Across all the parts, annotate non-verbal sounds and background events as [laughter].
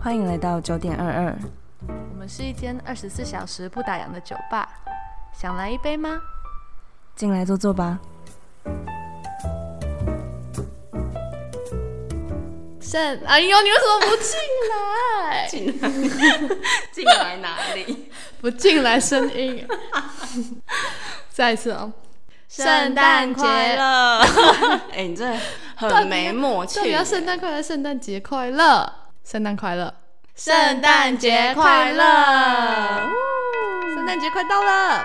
欢迎来到九点二二，我们是一间二十四小时不打烊的酒吧，想来一杯吗？进来坐坐吧。圣，哎呦，你为什么不进来？进来，进来哪 [laughs] 里？不进来声 [laughs] 音。再一次哦，圣诞节乐！ [laughs] 哎、你这很没默契到底。要圣诞快乐，圣诞节快乐，圣诞快乐，圣诞节快乐！圣诞节快到了。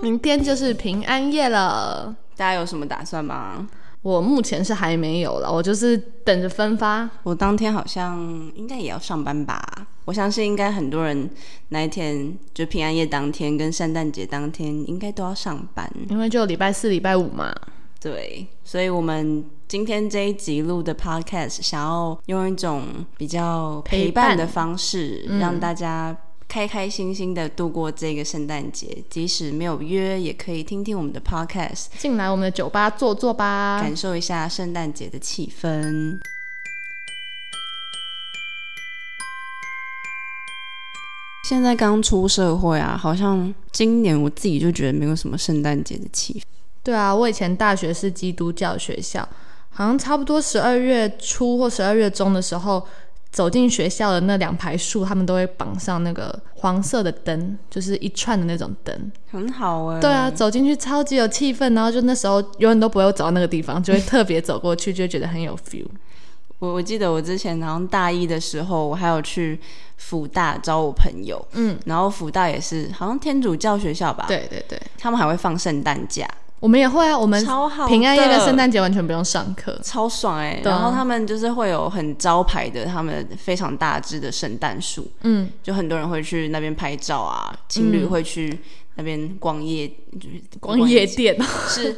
明天就是平安夜了，大家有什么打算吗？我目前是还没有了，我就是等着分发。我当天好像应该也要上班吧。我相信应该很多人那一天，就平安夜当天跟圣诞节当天，应该都要上班。因为就礼拜四、礼拜五嘛，对，所以我们今天这一集录的 podcast，想要用一种比较陪伴的方式，嗯让大家开开心心的度过这个圣诞节。即使没有约，也可以听听我们的 podcast，、进来我们的酒吧坐坐吧。感受一下圣诞节的气氛。现在刚出社会啊，好像今年我自己就觉得没有什么圣诞节的气氛。对啊，我以前大学是基督教学校，好像差不多十二月初或十二月中的时候，走进学校的那两排树，他们都会绑上那个黄色的灯，就是一串的那种灯。很好哎、对啊，走进去超级有气氛，然后就那时候永远都不会走到那个地方，就会特别走过去，就会觉得很有 feel。我我记得我之前好像大一的时候，我还有去辅大找我朋友，嗯，然后辅大也是好像天主教学校吧，，对对对，他们还会放圣诞假，我们也会啊，我们超好的平安夜跟圣诞节完全不用上课。超爽哎、对啊然后他们就是会有很招牌的，他们非常大只的圣诞树，嗯，就很多人会去那边拍照啊，情侣会去那边逛夜，就是逛夜 [laughs] 店，是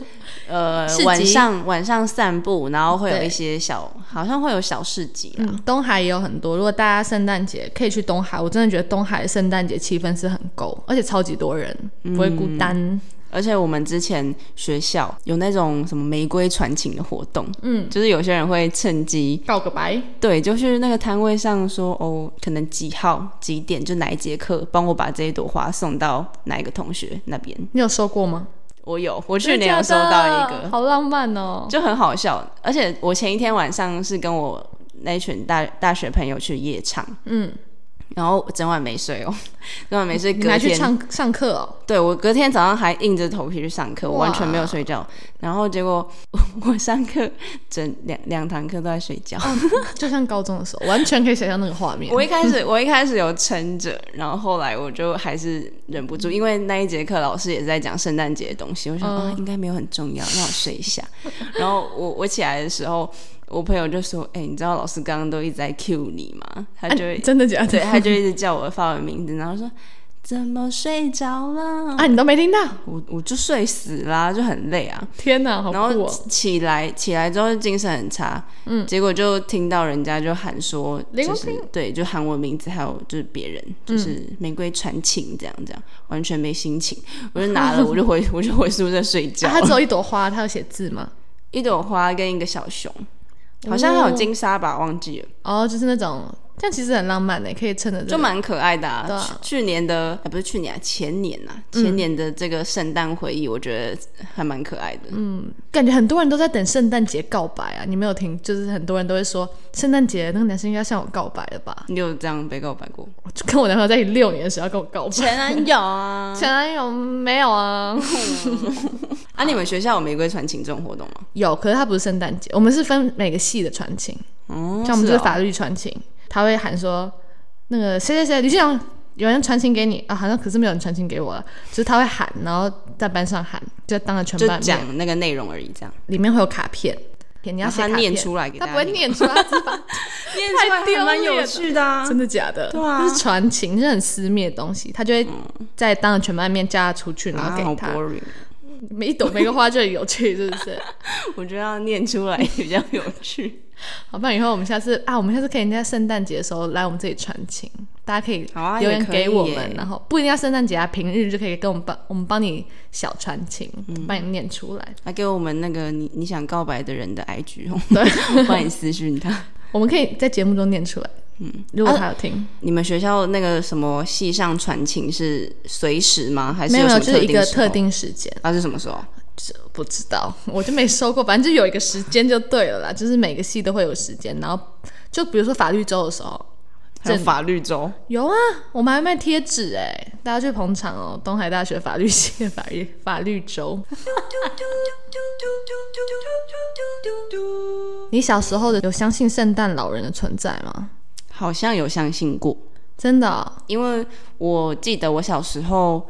呃市集晚上晚上散步，然后会有对一些小，好像会有小市集啊啦，嗯，东海也有很多。如果大家圣诞节可以去东海，我真的觉得东海的圣诞节气氛是很够，而且超级多人，嗯不会孤单。而且我们之前学校有那种什么玫瑰传情的活动，嗯，就是有些人会趁机，告个白，对，就去那个摊位上说，哦，可能几号几点就哪一节课，帮我把这一朵花送到哪一个同学那边。你有收过吗？我有，我去年有收到真的一假的个，好浪漫哦。就很好笑。而且我前一天晚上是跟我那一群大大学朋友去夜唱，嗯，然后我整晚没睡哦， [laughs] 整晚没睡，你隔还去天唱上课哦？对我隔天早上还硬着头皮去上课，我哇完全没有睡觉。然后结果 [laughs] 我上课整两两堂课都在睡觉。就像高中的时候，完全可以想象那个画面。我一开 [laughs] 始我一开始有撑着，然后后来我就还是忍不住，因为那一节课老师也在讲圣诞节的东西，我想、嗯啊应该没有很重要，让我睡一下。 [laughs] 然后我我起来的时候，我朋友就说：“哎、你知道老师刚刚都一直在 cue 你吗？”他啊就会、真的假的？对他就一直叫我发我的名字，然后说：“怎么睡着了？”啊，你都没听到？我我就睡死啦，就很累啊。天哪，好然后酷哦！起来，起来之后精神很差，嗯结果就听到人家就喊说，林就文嗯是对，就喊我名字，还有就是别人，就是玫瑰传情这样这样，完全没心情，我就拿了，我就回， [laughs] 我就回宿舍睡觉啊，。它只有一朵花，它有写字吗？一朵花跟一个小熊，好像还有金沙吧，忘记了，哦，就是那种，这样其实很浪漫欸的，可以趁着这个就蛮可爱的、对啊啊。嗯去去年的，啊、不是去年、啊，前年啊，前年的这个圣诞回忆，我觉得还蛮可爱的。嗯感觉很多人都在等圣诞节告白啊！你没有听，就是很多人都会说圣诞节那个男生应该向我告白了吧？你有这样被告白过？我就跟我男朋友在一起六年的时候要跟我告白，前男友啊，前男友没有啊？ [laughs] 啊，你们学校有玫瑰传情这种活动吗？有，可是他不是圣诞节，我们是分每个系的传情，哦像我们就是哦法律传情，他会喊说那个谁谁谁吕俊阳有人传情给你啊，好像可是没有人传情给我了，就是他会喊，然后在班上喊，就当着全就班面，讲那个内容而已，这样。里面会有卡片，你要然后写他卡片念，出来给他大不家，会念出来，他只把念出来出来，还蛮蛮有有趣趣的啊真。的假的？对啊这是传情，这是很私密的东西。他就会在当着全班面叫他出去，然后给啊好他、 boring，每一朵玫瑰花就很有趣，是不是？ [laughs] [laughs] 我觉得要念出来比较有趣。好，不然以后我们下次啊，我们下次可以在圣诞节的时候来我们这里传情，大家可以好啊留也言可给以我耶们，然后不一定要圣诞节啊，平日就可以跟我们帮我们帮你小传情，嗯帮你念出来。来给我们那个你你想告白的人的 IG，哦对， [laughs] 欢迎私讯他。我们可以在节目中念出来。嗯，如啊果他有听，你们学校那个什么系上传情是随时吗？还是没有有没什有，么就是一个时候特？定时间，啊，是什么时候？不知道， [laughs] 我就没收过，反正就有一个时间就对了啦，就是每个系都会有时间，然后就比如说法律周的时候，还有法律周，有啊，我们还卖贴纸哎，大家去捧场哦！东海大学法律系的法律法律周。 [laughs] 你小时候的有相信圣诞老人的存在吗？好像有相信过，真的哦、因为我记得我小时候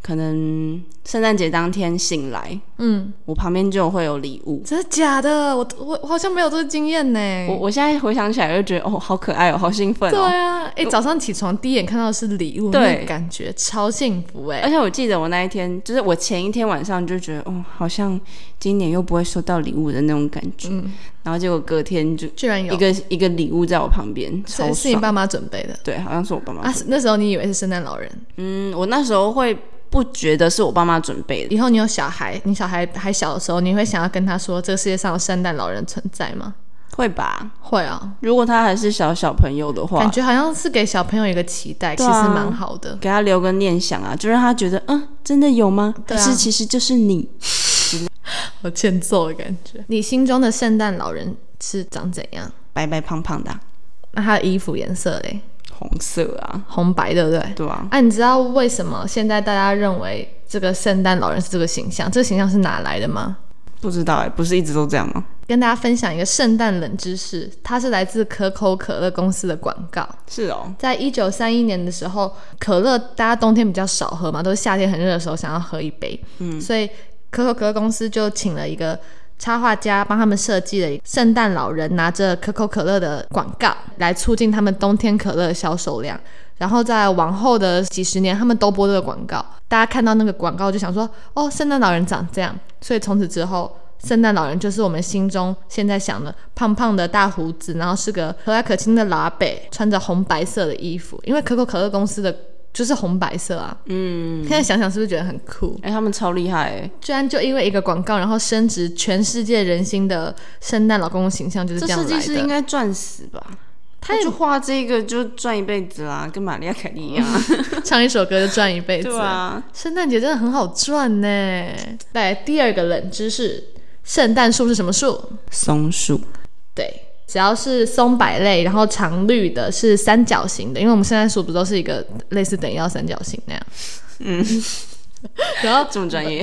可能圣诞节当天醒来，嗯，我旁边就会有礼物。真的假的？我我我好像没有这个经验呢。我我现在回想起来就觉得哦，好可爱哦，好兴奋对哦。啊，哎、早上起床第一眼看到的是礼物，对那个感觉超幸福哎、而且我记得我那一天，就是我前一天晚上就觉得，哦，好像今年又不会收到礼物的那种感觉。嗯然后结果隔天就居然有一个一个礼物在我旁边，所超以是你爽。爸妈准备的对，好像是我爸妈。啊？那时候你以为是圣诞老人？嗯，我那时候会不觉得是我爸妈准备的，以后你有小孩，你小孩还小的时候，你会想要跟他说这个世界上有圣诞老人存在吗？会吧？会啊，如果他还是小小朋友的话感，觉好像是给小朋友一个期待，其对实啊蛮好的。给他留个念想啊，就让他觉得，嗯，真的有吗？对啊还是其实就是你？好欠揍的感觉。你心中的圣诞老人是长怎样？白白胖胖的啊、那他的衣服颜色嘞？红色啊，红白，对不对？对啊，啊，你知道为什么现在大家认为这个圣诞老人是这个形象？这个形象是哪来的吗？不知道哎、不是一直都这样吗？跟大家分享一个圣诞冷知识，它是来自可口可乐公司的广告。是哦，在一九三一年的时候，可乐大家冬天比较少喝嘛，都是夏天很热的时候想要喝一杯。嗯，所以可口可乐公司就请了一个插画家帮他们设计了一个圣诞老人拿着可口可乐的广告，来促进他们冬天可乐的销售量。然后在往后的几十年，他们都播这个广告，大家看到那个广告就想说，哦，圣诞老人长这样。所以从此之后，圣诞老人就是我们心中现在想的胖胖的大胡子，然后是个和蔼可亲的老阿伯，穿着红白色的衣服，因为可口可乐公司的就是红白色啊。嗯，现在想想是不是觉得很酷？哎、他们超厉害、欸，居然就因为一个广告，然后升值全世界人心的圣诞老公公形象就是这样设来计师应的。该赚死吧？他他也就画这个就赚一辈子啦，跟玛利亚凯莉一样。唱一首歌就赚一辈子。 [laughs] 对啊，圣诞节真的很好赚呢。来，第二个冷知识，圣诞树是什么树？松树对，只要是松柏类，然后常绿的，是三角形的，因为我们现在说不都是一个类似等腰三角形那样。嗯， [laughs] 然后这么专业，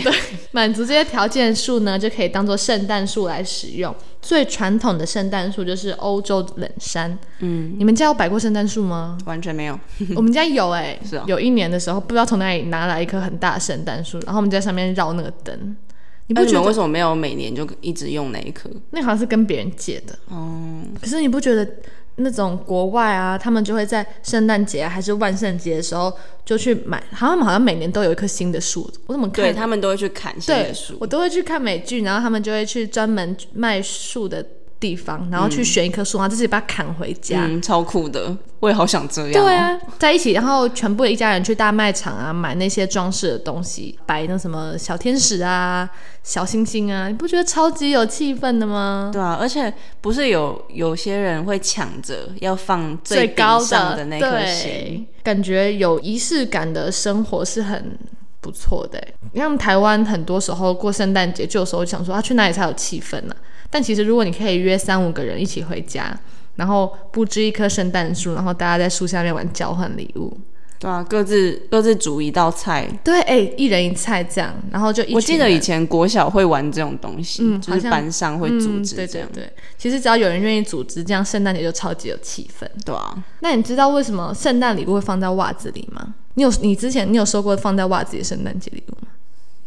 满足这些条件的树呢，就可以当做圣诞树来使用。最传统的圣诞树就是欧洲冷杉。嗯，你们家有摆过圣诞树 [laughs] 吗？ [laughs] 完全没有。我们家有哎、是哦有一年的时候，不知道从哪里拿来一棵很大的圣诞树，然后我们在上面绕那个灯。你不那哎你觉们得为什么没有每年就一直用那一颗？那好像是跟别人借的？哦，可是你不觉得那种国外啊，他们就会在圣诞节还是万圣节的时候就去买，好像他们好像每年都有一棵新的树，我怎么对看？他们都会去砍新对的树，我都会去看美剧，然后他们就会去专门卖树的地方，然后去选一棵树，然后自己把它砍回家。嗯，超酷的，我也好想这样、对，啊，在一起，然后全部一家人去大卖场啊，买那些装饰的东西，摆那什么小天使啊、小星星啊，你不觉得超级有气氛的吗？对啊，而且不是有有些人会抢着要放最高顶上的那颗对星，，感觉有仪式感的生活是很不错的欸。像台湾很多时候过圣诞节，就有时候想说啊，去哪里才有气氛呢、但其实如果你可以约三五个人一起回家，然后布置一棵圣诞树，然后大家在树下面玩交换礼物，对啊，各自各自煮一道菜。对，哎、一人一菜这样，然后就一我记群得人以前国小会玩这种东西，嗯就是好像班上会组织嗯、对这对样，对，其实只要有人愿意组织，这样圣诞节就超级有气氛。对啊，那你知道为什么圣诞礼物会放在袜子里吗？你有你之前你有收过放在袜子里的圣诞节礼物吗？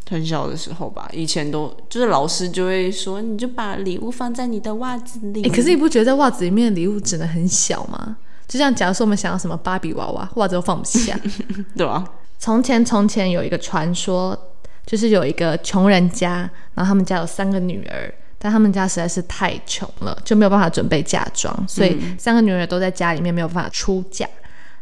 很小的时候吧，以前都就是老师就会说，你就把礼物放在你的袜子里。诶，可是你不觉得袜子里面的礼物只能很小吗？就像假如说我们想要什么芭比娃娃，袜子都放不下。对啊，从前从前有一个传说，就是有一个穷人家，然后他们家有三个女儿，但他们家实在是太穷了，就没有办法准备嫁妆，所以三个女儿都在家里面没有办法出嫁。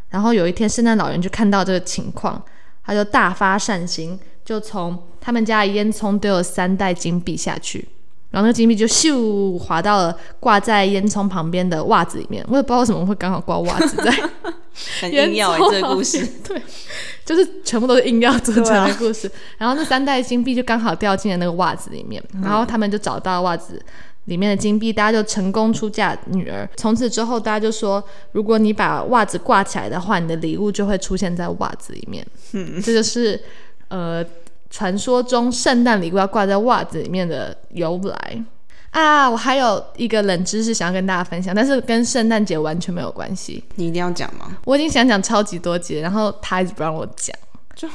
然后有一天，圣诞老人就看到这个情况，他就大发善心，就从他们家的烟囱丢了三袋金币下去，然后那个金币就咻滑到了挂在烟囱旁边的袜子里面。我也不知道为什么会刚好挂袜子在很烟硬要哎、囱这个旁故 [laughs] 事边，对，就是全部都是硬要组成对啊的故事。然后那三袋金币就刚好掉进了那个袜子里面，嗯然后他们就找到袜子。里面的金币，大家就成功出嫁女儿。从此之后，大家就说，如果你把袜子挂起来的话，你的礼物就会出现在袜子里面。嗯，这就是呃，传说中圣诞礼物要挂在袜子里面的由来啊。我还有一个冷知识想要跟大家分享，但是跟圣诞节完全没有关系。你一定要讲吗？我已经想讲超级多集了，然后他一直不让我讲，就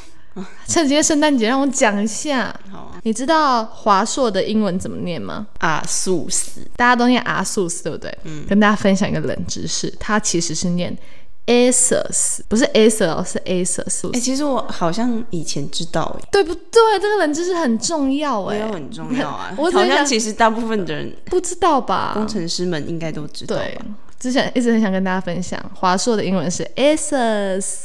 趁今天圣诞节让我讲一下。好啊你知道华硕的英文怎么念吗？啊，素死大家都念 ASUS 对不对？跟大家分享一个冷知识，它其实是念 ASUS，不是 ASUS，是 ASUS，、哎、其实我好像以前知道哎、对不对？这个冷知识很重要我哎、。也很重要 [laughs] 啊我只好是想像其实大部分的人，不知道吧？工程师们应该都知道对吧？，之前一直很想跟大家分享，华硕的英文是 ASUS。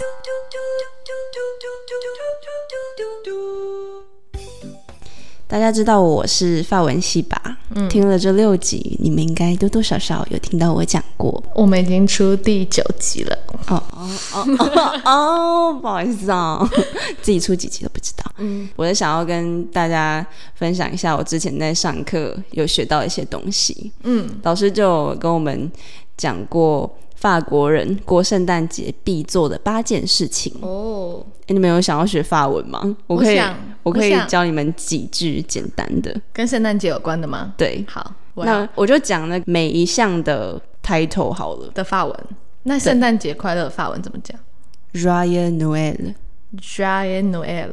大家知道我是法文系吧？嗯听了这六集，你们应该多多少少有听到我讲过。我们已经出第九集了，哦哦哦哦 [laughs] 哦， [laughs] 不好意思啊、自己出几集都不知道。嗯，我是想要跟大家分享一下我之前在上课有学到一些东西。嗯，老师就有跟我们讲过法国人过圣诞节必做的八件事情。哦，诶你们有想要学法文吗？我我可以，想我我可以想教你们几句简单的。跟圣诞节有关的吗？对，好，我要那我就讲那每一项的 title 好了。的法文。那圣诞节快乐的法文怎么讲 Joyeux Noël， ？Joyeux Noël。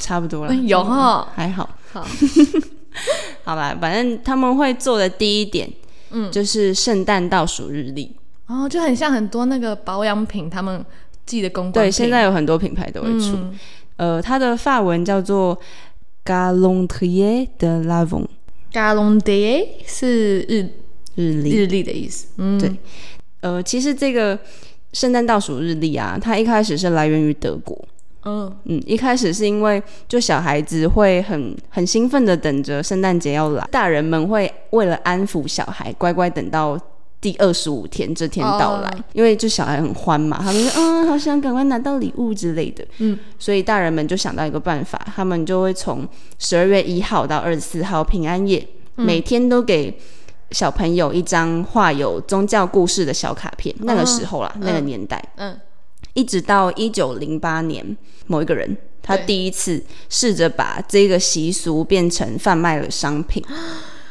差不多了。有哦哈，还好，好， [laughs] 好啦，反正他们会做的第一点，嗯，就是圣诞倒数日历。哦，就很像很多那个保养品，他们寄的公关对，品嗯现在有很多品牌都会出。呃，它的法文叫做 Galanterie de l'Avon Galon Day 是日日历。日历的意思。嗯，对呃，其实这个圣诞倒数日历啊，它一开始是来源于德国。嗯，嗯，一开始是因为就小孩子会很很兴奋的等着圣诞节要来，大人们会为了安抚小孩，乖乖等到。第二十五天这天到来哦因为就小孩很欢嘛，他们就嗯，好想赶快拿到礼物之类的，嗯，所以大人们就想到一个办法，他们就会从十二月一号到二十四号平安夜，嗯每天都给小朋友一张画有宗教故事的小卡片。那个时候啦，那个年代，哦嗯，一直到一九零八年，某一个人他对第一次试着把这个习俗变成贩卖了商品，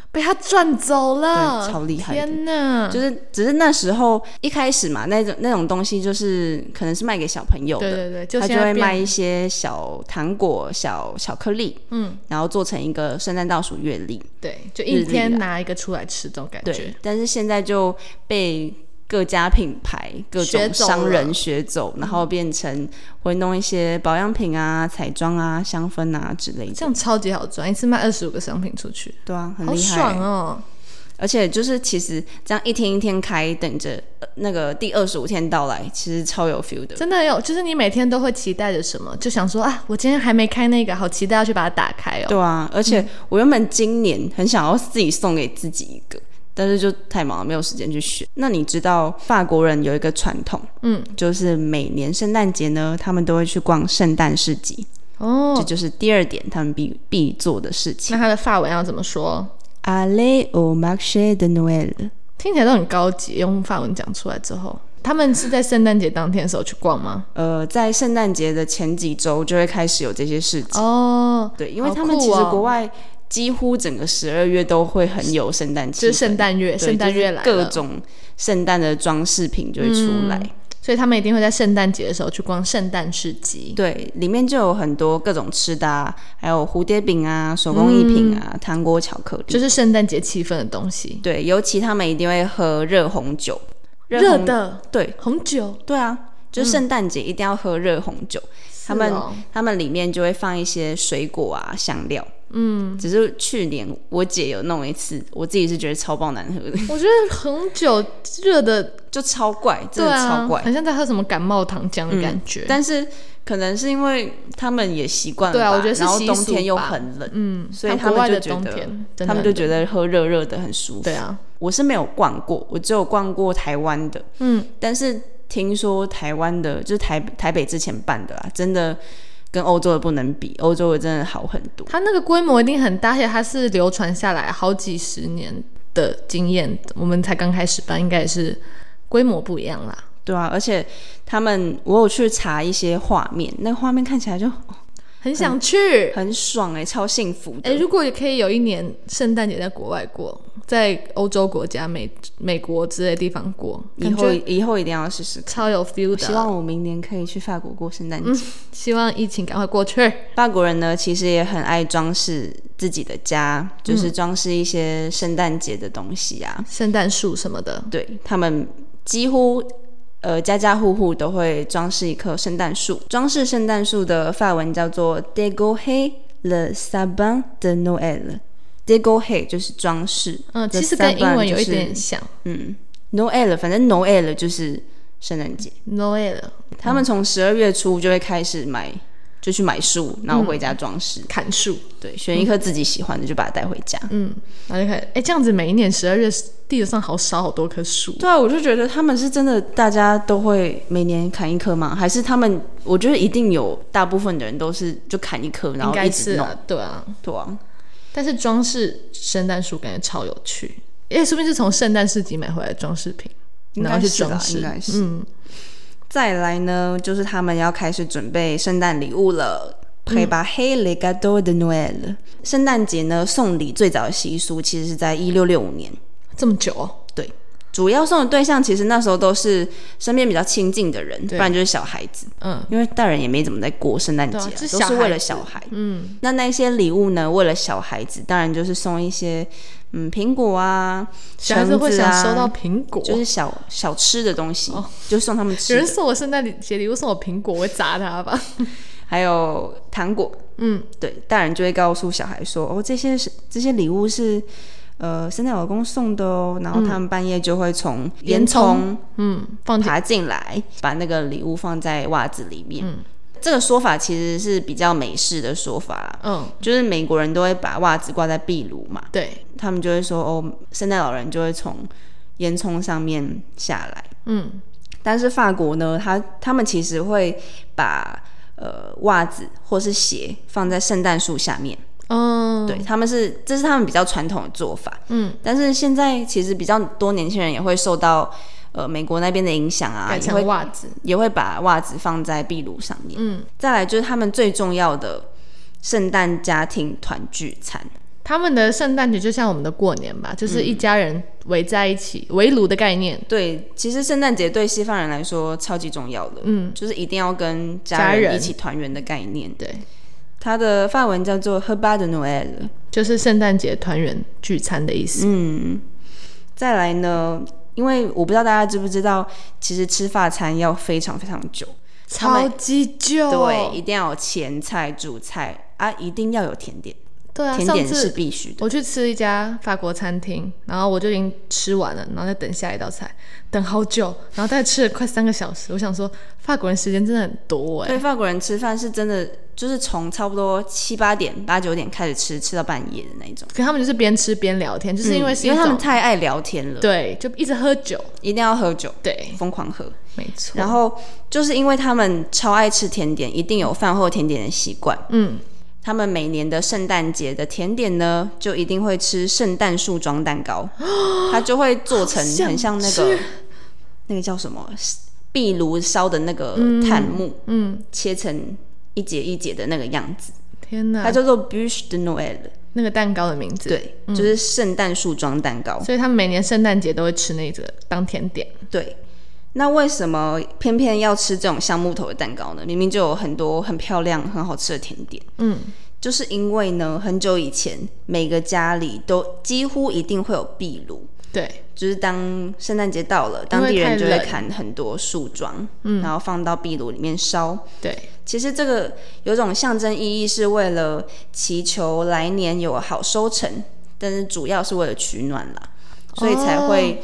被他赚走了，对超厉害的天哪，就是只是那时候一开始嘛，那种那种东西就是可能是卖给小朋友对的。对对，就他就现在会变卖一些小糖果、小巧克力，嗯，然后做成一个圣诞倒数月历。对，就日历一天啦拿一个出来吃这种感对觉。，但是现在就被各家品牌、各学种走商人了学走，然后变成会弄一些保养品啊、彩妆啊、香氛啊之类的。这样超级好赚，一次卖二十五个商品出去，对啊，很好厉害、爽哦！而且就是其实这样一天一天开，等着呃那个第二十五天到来，其实超有 feel 的。真的有，就是你每天都会期待着什么，就想说啊，我今天还没开那个，好期待要去把它打开哦。对啊，而且我原本今年很想要自己送给自己一个，但是就太忙了，没有时间去选。那你知道法国人有一个传统，嗯，就是每年圣诞节呢，他们都会去逛圣诞市集，这哦，嗯就是第二点他们必必做的事情那。它的法文要怎么说？ Allez au marché de Noël。听起来都很高级，用法文讲出来之后，他们是在圣诞节当天的时候去逛吗？呃，在圣诞节的前几周就会开始有这些市集。哦，对，因为好他们酷其实哦国外几乎整个十二月都会很有圣诞气就氛，是圣诞月，对圣诞月来就是了，各种圣诞的装饰品就会出来。所以他们一定会在圣诞节的时候去逛圣诞市集。对，里面就有很多各种吃的、啊，还有蝴蝶饼啊、手工艺品啊、糖果、巧克力。嗯就是圣诞节气氛的东西，对，尤其他们一定会喝热红酒，热红的嗯对红酒，对啊，就是圣诞节一定要喝热红酒。他们是哦他们里面就会放一些水果啊、香料，嗯，只是去年我姐有弄一次，我自己是觉得超爆难喝的，我觉得红酒热的，就超怪，真对的啊，超怪。嗯很像在喝什么感冒糖浆的感觉。但是可能是因为他们也习惯了吧，对啊我觉得是然后习俗冬天又吧很冷，嗯，所以它他国外们的就觉冬得天，真的他们就觉得得喝热热的很舒服。对啊，我是没有逛过，我只有逛过台湾的，嗯，但是听说台湾的，就是台台北之前办的啊，真的跟欧洲的不能比，欧洲的真的好很多。它那个规模一定很大，而且它是流传下来好几十年的经验，我们才刚开始办，应该也是规模不一样啦。对啊，而且他们我有去查一些画面，那个画面看起来就很想去，很爽哎、超幸福的。哎、如果也可以有一年圣诞节在国外过，在欧洲国家、美美国之类的地方过，以感后觉以后一定要试试看。超有 feel 的。希望我明年可以去法国过圣诞节。希望疫情赶快过去。法国人呢，其实也很爱装饰自己的家，嗯就是装饰一些圣诞节的东西啊。圣诞树什么的，对他们几乎呃家家户户都会装饰一棵圣诞树。装饰圣诞树的法文叫做 dégorer le sabin de Noël。dégorer 就是装饰，嗯， the 其实跟英文 sabin 有一就点是、像嗯，Noël，反正 Noël 就是圣诞节。 ，Noel 他嗯们从十二月初就会开始买，就去买树，然后回家装饰。砍树，对，选一棵自己喜欢的就把它带回家。嗯，然后就开始，哎、这样子每一年十二月地上好少好多棵树，对啊，我就觉得他们是真的，大家都会每年砍一棵吗？还是他们？我觉得一定有大部分的人都是就砍一棵，然应后该一是直弄。啊，对啊，对啊，但是装饰圣诞树感觉超有趣，哎，说不定是从圣诞市集买回来的装饰品，应该然后去是啦装饰，应该是嗯，再来呢，就是他们要开始准备圣诞礼物了。可以把 Hey l e g a d o de Noël，圣诞节呢送礼最早的习俗其实是在一六六五年，这么久、哦，对，主要送的对象其实那时候都是身边比较亲近的人，不对然就是小孩子，嗯因为大人也没怎么在过圣诞节、对啊就是都小是为孩了子小孩。嗯，那那些礼物呢？为了小孩子，当然就是送一些嗯苹果啊、小孩子会橙想啊收到苹果，就是小小吃的东西，就送他们有吃人的，送我圣诞节礼物，送我苹果，我会砸他吧？ [laughs] 还有糖果。嗯，对，大人就会告诉小孩说：“哦，这些是这些礼物是。”呃，圣诞老公送的哦，然后他们半夜就会从烟烟囱囱嗯，放进爬进来，把那个礼物放在袜子里面。这个说法其实是比较美式的说法啦，嗯，就是美国人都会把袜子挂在壁炉嘛，对，他们就会说哦，圣诞老人就会从烟囱上面下来。嗯，但是法国呢，他他们其实会把呃袜子或是鞋放在圣诞树下面，嗯，对，他们是这是他们比较传统的做法。嗯，但是现在其实比较多年轻人也会受到呃美国那边的影响啊，改也会成袜子，也会把袜子放在壁炉上面。嗯，再来就是他们最重要的圣诞家庭团聚餐，他们的圣诞节就像我们的过年吧，嗯就是一家人围在一起，围炉的概念，对，其实圣诞节对西方人来说超级重要的，嗯，就是一定要跟家家人人一起团圆的概念。对，它的法文叫做 h e b a de Noël。就是圣诞节团圆聚餐的意思。嗯，再来呢，因为我不知道大家知不知道，其实吃法餐要非常非常久，他超们级旧，对，一定要有前菜、主菜啊，一定要有甜点，对啊，甜上点是次必须的。我去吃一家法国餐厅，然后我就已经吃完了，然后再等下一道菜，等好久，然后大概吃了快三个小时。我想说，法国人时间真的很多哎、对法国人吃饭是真的，就是从差不多七八点、八九点开始吃，吃到半夜的那一种。可他们就是边吃边聊天，就是因为嗯是一因为种、他们太爱聊天了，对，就一直喝酒，一定要喝酒，对，疯狂喝。没错。然后就是因为他们超爱吃甜点，一定有饭后甜点的习惯。嗯，他们每年的圣诞节的甜点呢，就一定会吃圣诞树装蛋 [gasps] 糕，它就会做成想很像那个吃那个叫什么壁炉烧的那个炭木，嗯，切成一节一节的那个样子，天哪，它叫做 Bûche de Noël，那个蛋糕的名字，，嗯对，嗯就是圣诞树装蛋糕。所以他们每年圣诞节都会吃那个当甜点。对，那为什么偏偏要吃这种像木头的蛋糕呢？明明就有很多很漂亮、很好吃的甜点。嗯，就是因为呢，很久以前每个家里都几乎一定会有壁炉，对，就是当圣诞节到了，当地因为太人就会冷砍很多树桩，嗯然后放到壁炉里面烧。对，其实这个有种象征意义，是为了祈求来年有好收成，但是主要是为了取暖啦，所以才会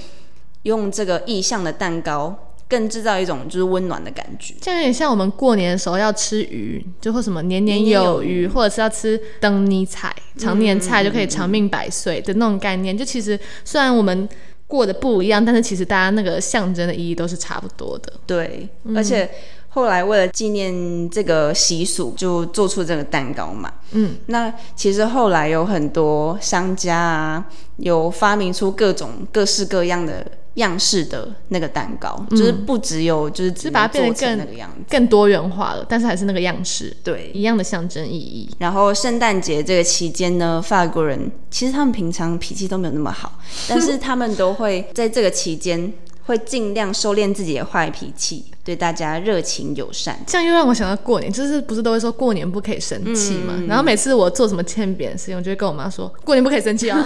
用这个意象的蛋糕，更制造一种就是温暖的感觉。这样有点像我们过年的时候要吃鱼，就或什么年年年年有有余，或者是要吃灯泥菜、常年菜就可以长命百岁的那种概念。就其实虽然我们过得不一样，但是其实大家那个象征的意义都是差不多的。对，嗯而且后来为了纪念这个习俗，就做出这个蛋糕嘛。嗯，那其实后来有很多商家啊，有发明出各种各式各样的样式的那个蛋糕，就是不只有就是嗯只是把它能变做得成更那个样子。更多元化了，但是还是那个样式，对，一样的象征意义。然后圣诞节这个期间呢，法国人其实他们平常脾气都没有那么好，但是他们都会在这个期间会尽量收敛自己的坏脾气，对大家热情友善。这样又让我想到过年，就是不是都会说过年不可以生气嘛？然后每次我做什么欠扁的事情，我就会跟我妈说过年不可以生气哦，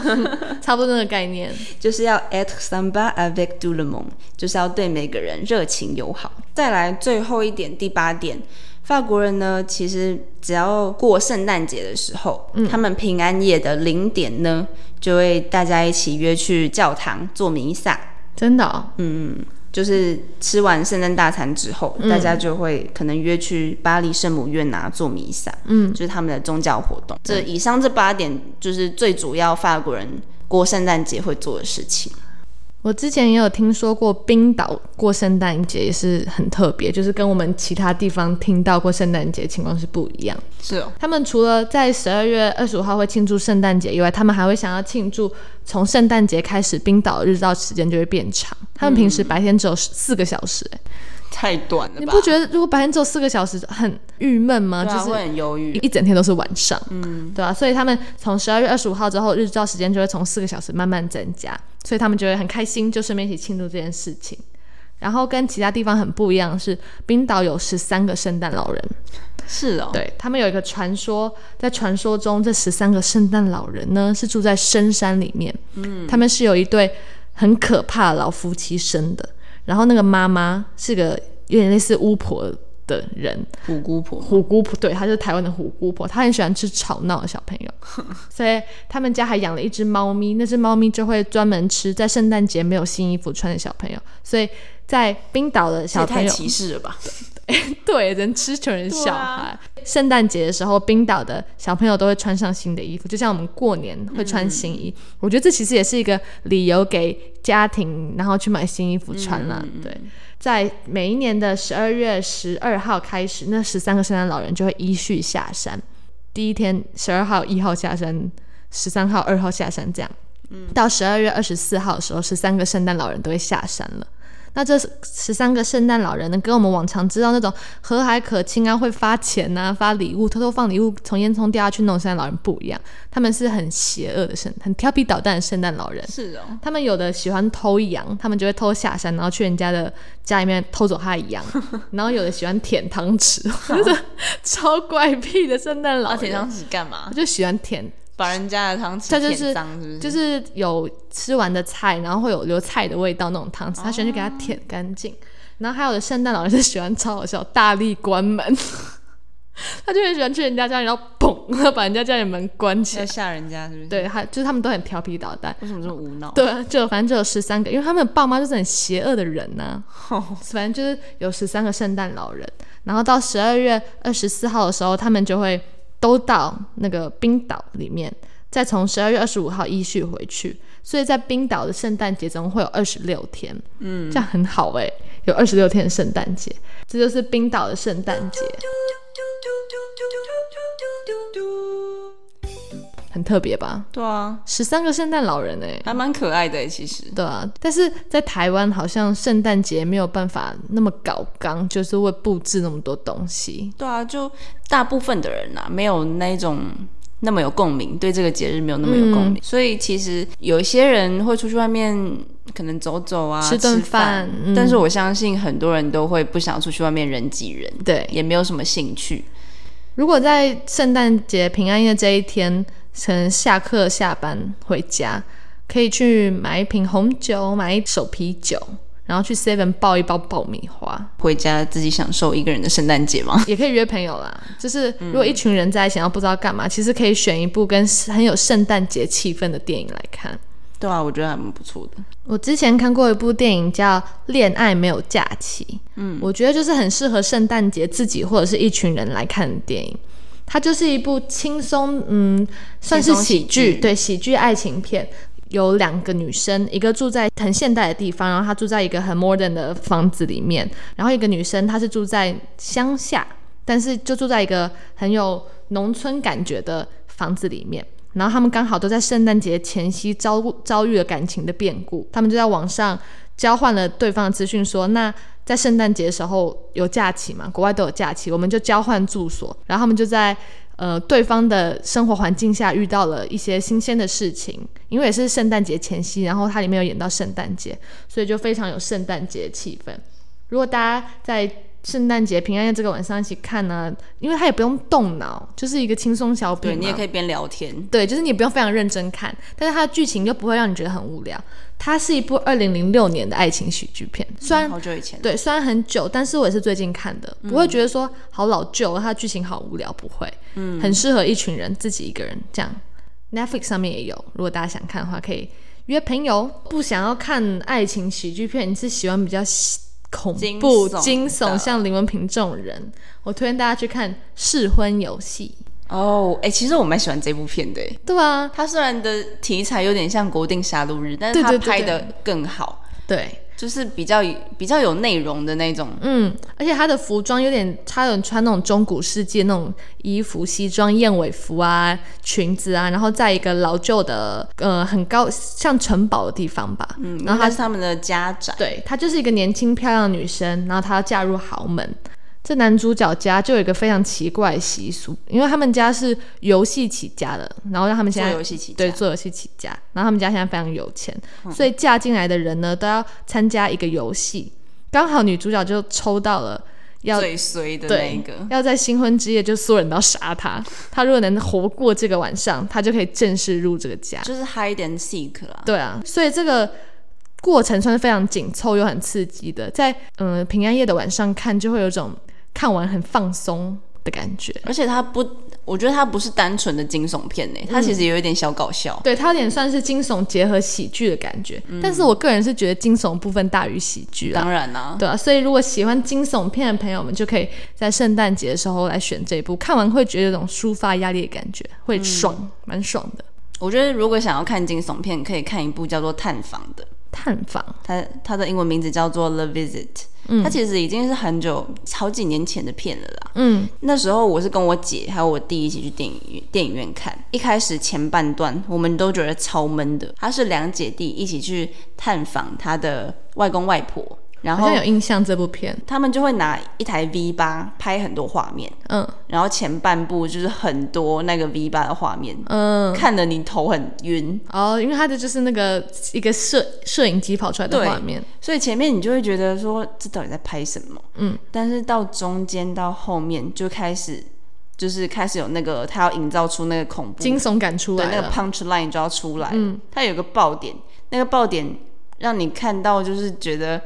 差不多那个概念。就是要 at samba avec tout le monde，就是要对每个人热情友好。再来最后一点，第八点，法国人呢，其实只要过圣诞节的时候，他们平安夜的零点呢，就会大家一起约去教堂做弥撒。嗯真的、哦，就是吃完圣诞大餐之后，大家就会可能约去巴黎圣母院啊做弥撒，嗯，就是他们的宗教活动。这以上这八点就是最主要法国人过圣诞节会做的事情。我之前也有听说过冰岛过圣诞节也是很特别，就是跟我们其他地方听到过圣诞节情况是不一样。是哦，他们除了在十二月二十五号会庆祝圣诞节以外，他们还会想要庆祝从圣诞节开始，冰岛日照时间就会变长。他们平时白天只有四个小时、欸太短了你不觉得如果白天只有四个小时很郁闷吗？对啊就是会很忧郁。一整天都是晚上，嗯，对啊，所以他们从十二月二十五号之后，日照时间就会从四个小时慢慢增加，所以他们就会很开心，就顺便一起庆祝这件事情。然后跟其他地方很不一样的是，冰岛有十三个圣诞老人，是哦，对他们有一个传说，在传说中，这十三个圣诞老人呢是住在深山里面，嗯，他们是有一对很可怕的老夫妻生的，然后那个妈妈是个有点类似巫婆的人，虎姑婆虎姑婆，对，她就是台湾的虎姑婆，她很喜欢吃吵闹的小朋 [laughs] 友，所以他们家还养了一只猫咪，那只猫咪就会专门吃在圣诞节没有新衣服穿的小朋友，所以在冰岛的这也小朋太友，歧视了吧？对，人吃穷人对啊小孩。圣诞节的时候，冰岛的小朋友都会穿上新的衣服，就像我们过年会穿新衣。嗯我觉得这其实也是一个理由给家庭，然后去买新衣服穿啦。嗯对，在每一年的十二月十二号开始，那十三个圣诞老人就会依序下山。第一天十二号、一号下山，十三号、二号下山，这样。嗯到十二月二十四号的时候，十三个圣诞老人都会下山了。那这十三个圣诞老人呢，跟我们往常知道那种和蔼可亲啊，会发钱呐、发礼物，偷偷放礼物从烟囱掉下去那种圣诞老人不一样，他们是很邪恶的圣，很调皮捣蛋的圣诞老人。是哦， [laughs] 他们有的喜欢偷羊，他们就会偷下山，然后去人家的家里面偷走他的羊。然后有的喜欢舔汤匙， [laughs] 就是超怪癖的圣诞老那人。舔汤匙干嘛我？就喜欢舔把人家的汤匙这就是舔脏，是不是？就是有吃完的菜，然后会有留菜的味道那种汤匙，他喜欢去给它舔干净。然后还有的圣诞老人是喜欢超好笑，大力关门， [laughs] 他就很喜欢去人家家里，然后砰，然后把人家家里门关起要来。吓人家，是不是？，对，还就是他们都很调皮捣蛋。为什么这么无脑？对，就反正就有十三个，因为他们的爸妈就是很邪恶的人啊呐、反正就是有十三个圣诞老人，然后到十二月二十四号的时候，他们就会都到那个冰岛里面，再从十二月二十五号依序回去。所以在冰岛的圣诞节中会有二十六天，嗯，这样很好哎、有二十六天的圣诞节，这就是冰岛的圣诞节，很特别吧？ [laughs] 对啊，十三个圣诞老人哎、还蛮可爱的耶其实。对啊，但是在台湾好像圣诞节没有办法那么搞纲，就是会布置那么多东西。对啊，就大部分的人啊，没有那种那么有共鸣，对这个节日没有那么有嗯共鸣，所以其实有一些人会出去外面可能走走啊，吃顿饭饭嗯但是我相信很多人都会不想出去外面人挤人，嗯对，也没有什么兴趣。如果在圣诞节平安夜这一天，可能下课下班回家，可以去买一瓶红酒，买一手啤酒，然后去 Seven 抱一包爆米花，回家自己享受一个人的圣诞节吗？也可以约朋友啦。就是如果一群人在一起，然后不知道干嘛，其实可以选一部跟很有圣诞节气氛的电影来看。 [laughs] 对啊，我觉得还蛮不错的。我之前看过一部电影叫《恋爱没有假期》，嗯，我觉得就是很适合圣诞节自己或者是一群人来看的电影。它就是一部轻松，嗯，算是轻松喜喜剧，剧对，喜剧爱情片。有两个女生，一个住在很现代的地方，然后她住在一个很 modern 的房子里面，然后一个女生她是住在乡下，但是就住在一个很有农村感觉的房子里面。然后他们刚好都在圣诞节前夕遭遭遇了感情的变故，他们就在网上交换了对方的资讯说，那在圣诞节的时候有假期嘛？国外都有假期，我们就交换住所。然后他们就在呃对方的生活环境下遇到了一些新鲜的事情，因为也是圣诞节前夕，然后它里面有演到圣诞节，所以就非常有圣诞节气氛。如果大家在圣诞节平安夜这个晚上一起看呢，因为它也不用动脑，就是一个轻松小品对嘛。你也可以边聊天，对，就是你不用非常认真看，但是它的剧情又不会让你觉得很无聊。它是一部二零零六年的爱情喜剧片，虽然、好久以前，对虽然很久，但是我也是最近看的，不嗯会觉得说好老旧，它的剧情好无聊，不会，嗯，很适合一群人自己一个人这样。Netflix 上面也有，如果大家想看的话，可以约朋友。不想要看爱情喜剧片，你是喜欢比较喜恐惊怖悚、的惊悚，像林文平这种人，我推荐大家去看《试婚游戏哦，哎、其实我蛮喜欢这部片的。》。对啊，它虽然的题材有点像《国定杀戮日》，但是对它对对拍对的更好，对。就是比较比较有内容的那种。嗯，而且他的服装有点，他有穿那种中古世纪那种衣服、西装、燕尾服啊、裙子啊，然后在一个老旧的呃很高像城堡的地方吧，嗯然后它他是他们的家长，对她就是一个年轻漂亮的女生，然后她要嫁入豪门。这男主角家就有一个非常奇怪的习俗，因为他们家是游戏起家的，然后让他们现在做游戏起家嗯对做游戏起家，然后他们家现在非常有钱，所以嫁进来的人呢都要参加一个游戏，刚好女主角就抽到了要最衰的那对一个，要在新婚之夜就所有人都要杀她，她如果能活过这个晚上，她就可以正式入这个家。就是 hide and seek 啦。对啊，所以这个过程算是非常紧凑又很刺激的，在嗯、呃平安夜的晚上看，就会有一种看完很放松的感觉。而且它不，我觉得它不是单纯的惊悚片呢，它其实有一点小搞笑。对，它有点算是惊悚结合喜剧的感觉，但是我个人是觉得惊悚部分大于喜剧啦。嗯当然啦、对啊，所以如果喜欢惊悚片的朋友们，就可以在圣诞节的时候来选这一部，看完会觉得有种抒发压力的感觉，会爽，嗯蛮爽的。我觉得如果想要看惊悚片，可以看一部叫做《探访》的。探访，它它的英文名字叫做《The Visit》，它嗯其实已经是很久好几年前的片了啦。嗯，那时候我是跟我姐还有我弟一起去电影院电影院看，一开始前半段我们都觉得超闷的。他是两姐弟一起去探访他的外公外婆，然好后像有印象这部片，他们就会拿一台 V 八拍很多画面，嗯然后前半部就是很多那个 V 八的画面，嗯，看得你头很晕。哦，因为它的就是那个一个摄摄影机跑出来的对画面，所以前面你就会觉得说这到底在拍什么？嗯，但是到中间到后面就开始就是开始有那个他要营造出那个恐怖惊悚感出对来那个了。 punch line 就要出来，嗯，它有个爆点，那个爆点让你看到就是觉得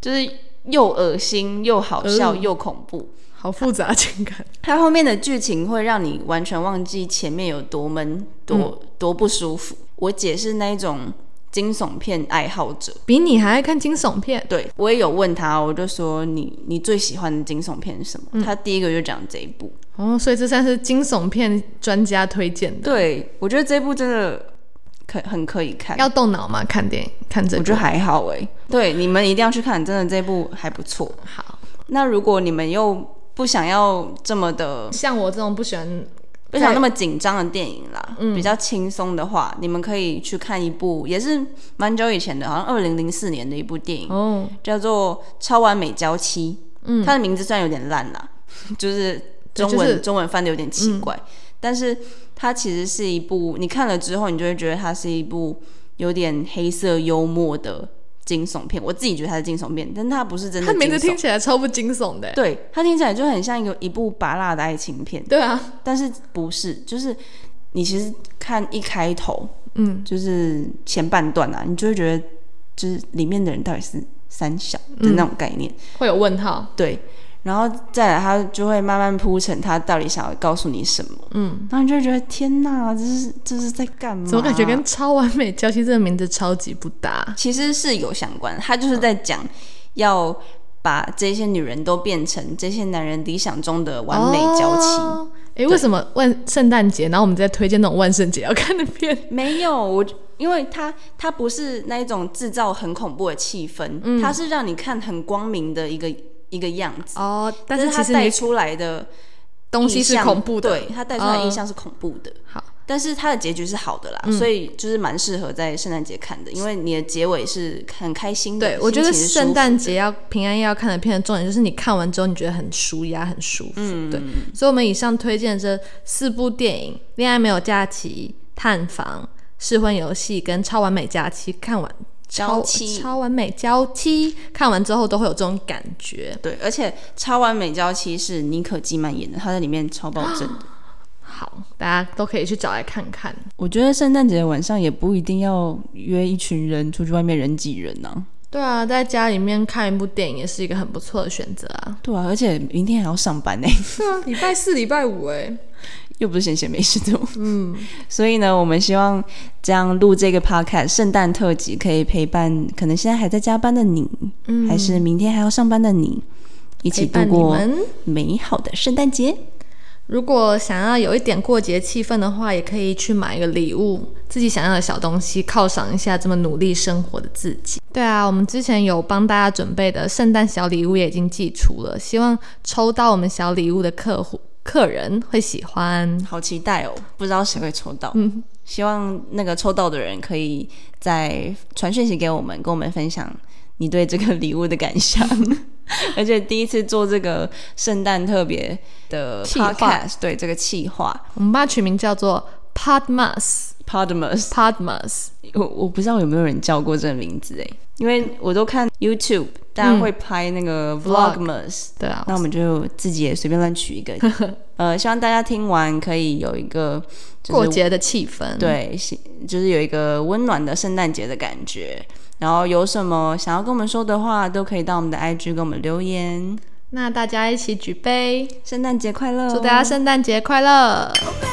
就是又恶心又好笑、嗯又恐怖。好复杂的情感。 [laughs] 它后面的剧情会让你完全忘记前面有多闷、多、嗯多不舒服。我姐是那一种惊悚片爱好者，比你还爱看惊悚片，对我也有问他，我就说你你最喜欢的惊悚片是什么？他第一个就讲这一部。哦，所以这算是惊悚片专家推荐的，对，我觉得这一部真的可很可以看，要动脑嘛，看电影看这我部觉得还好哎、对，你们一定要去看，真的这部还不错。好。那如果你们又不想要这么的，像我这种不喜欢，不想那么紧张的电影啦，比较轻松的话，你们可以去看一部，也是蛮久以前的，好像二零零四年的一部电影，哦，叫做《超完美娇妻》，嗯，它的名字虽然有点烂啦， [laughs] 就是对中就文、是嗯中文翻的有点奇怪，但是它其实是一部你看了之后，你就会觉得它是一部有点黑色幽默的惊悚片。我自己觉得它是惊悚片，但它不是真的他惊悚。名字听起来超不惊悚的欸。对它听起来就很像一个一部拔辣的爱情片，对啊，但是不是，就是你其实看一开头，嗯就是前半段啊，你就会觉得就是里面的人到底是三小的那种嗯概念，会有问号，对。然后再来，他就会慢慢铺陈他到底想要告诉你什么，嗯，然后你就会觉得天哪，这是这是在干嘛？啊怎么感觉跟“超完美娇妻”这个名字超级不搭？其实是有相关，他就是在讲要把这些女人都变成这些男人理想中的完美娇妻。哦。哎、为什么万圣诞节，然后我们在推荐那种万圣节要看的片？没有我，因为他他不是那一种制造很恐怖的气氛，嗯他是让你看很光明的一个一个样子，哦，但就是是其他实带你出来的东西印是象恐怖的，对他带出来嗯的印象是恐怖的。好，嗯但是它的结局是好的啦，所以就是蛮适合在圣诞节看的，因为你的结尾是很开心的。对，我觉得心情是舒服圣诞节要平安夜要看的片的重点就是你看完之后你觉得很舒压、很舒服。对，所以我们以上推荐这四部电影：《恋爱没有假期》、《探访》、《试婚游戏》跟《超完美假期》。看完娇超妻超完美娇妻，看完之后都会有这种感觉。对，而且《超完美娇妻》是妮可基曼演的，她在里面超暴政嗯的。好，大家都可以去找来看看。我觉得圣诞节晚上也不一定要约一群人出去外面人挤人啊。对啊，在家里面看一部电影也是一个很不错的选择啊。对啊，而且明天还要上班呢、欸对啊，礼拜四、礼拜五哎、又不是闲闲没事做。嗯， [laughs] 所以呢，我们希望这样录这个 podcast 圣诞特辑，可以陪伴可能现在还在加班的你，嗯还是明天还要上班的你，一起陪度伴你过们。美好的圣诞节。如果想要有一点过节气氛的话，也可以去买一个礼物，自己想要的小东西，犒赏一下这么努力生活的自己。对啊，我们之前有帮大家准备的圣诞小礼物也已经寄出了，希望抽到我们小礼物的客户客人会喜欢。好期待哦，不知道谁会抽到。嗯，希望那个抽到的人可以再传讯息给我们，跟我们分享你对这个礼物的感 [laughs] 想。而且第一次做这个圣诞特别的企划 podcast，对这个企划我们把它取名叫做 Podmas Podmas， Podmas，我我不知道有没有人叫过这个名字哎，因为我都看 YouTube，大嗯家会拍那个 Vlog Vlogmas，、对啊，那我们就自己也随便乱取一个。 [laughs] 呃，希望大家听完可以有一个、就是、过节的气氛。，对，是就是有一个温暖的圣诞节的感觉。然后有什么想要跟我们说的话，都可以到我们的 IG 跟我们留言。那大家一起举杯，圣诞节快乐哦、祝大家圣诞节快乐！ 「おめでとう」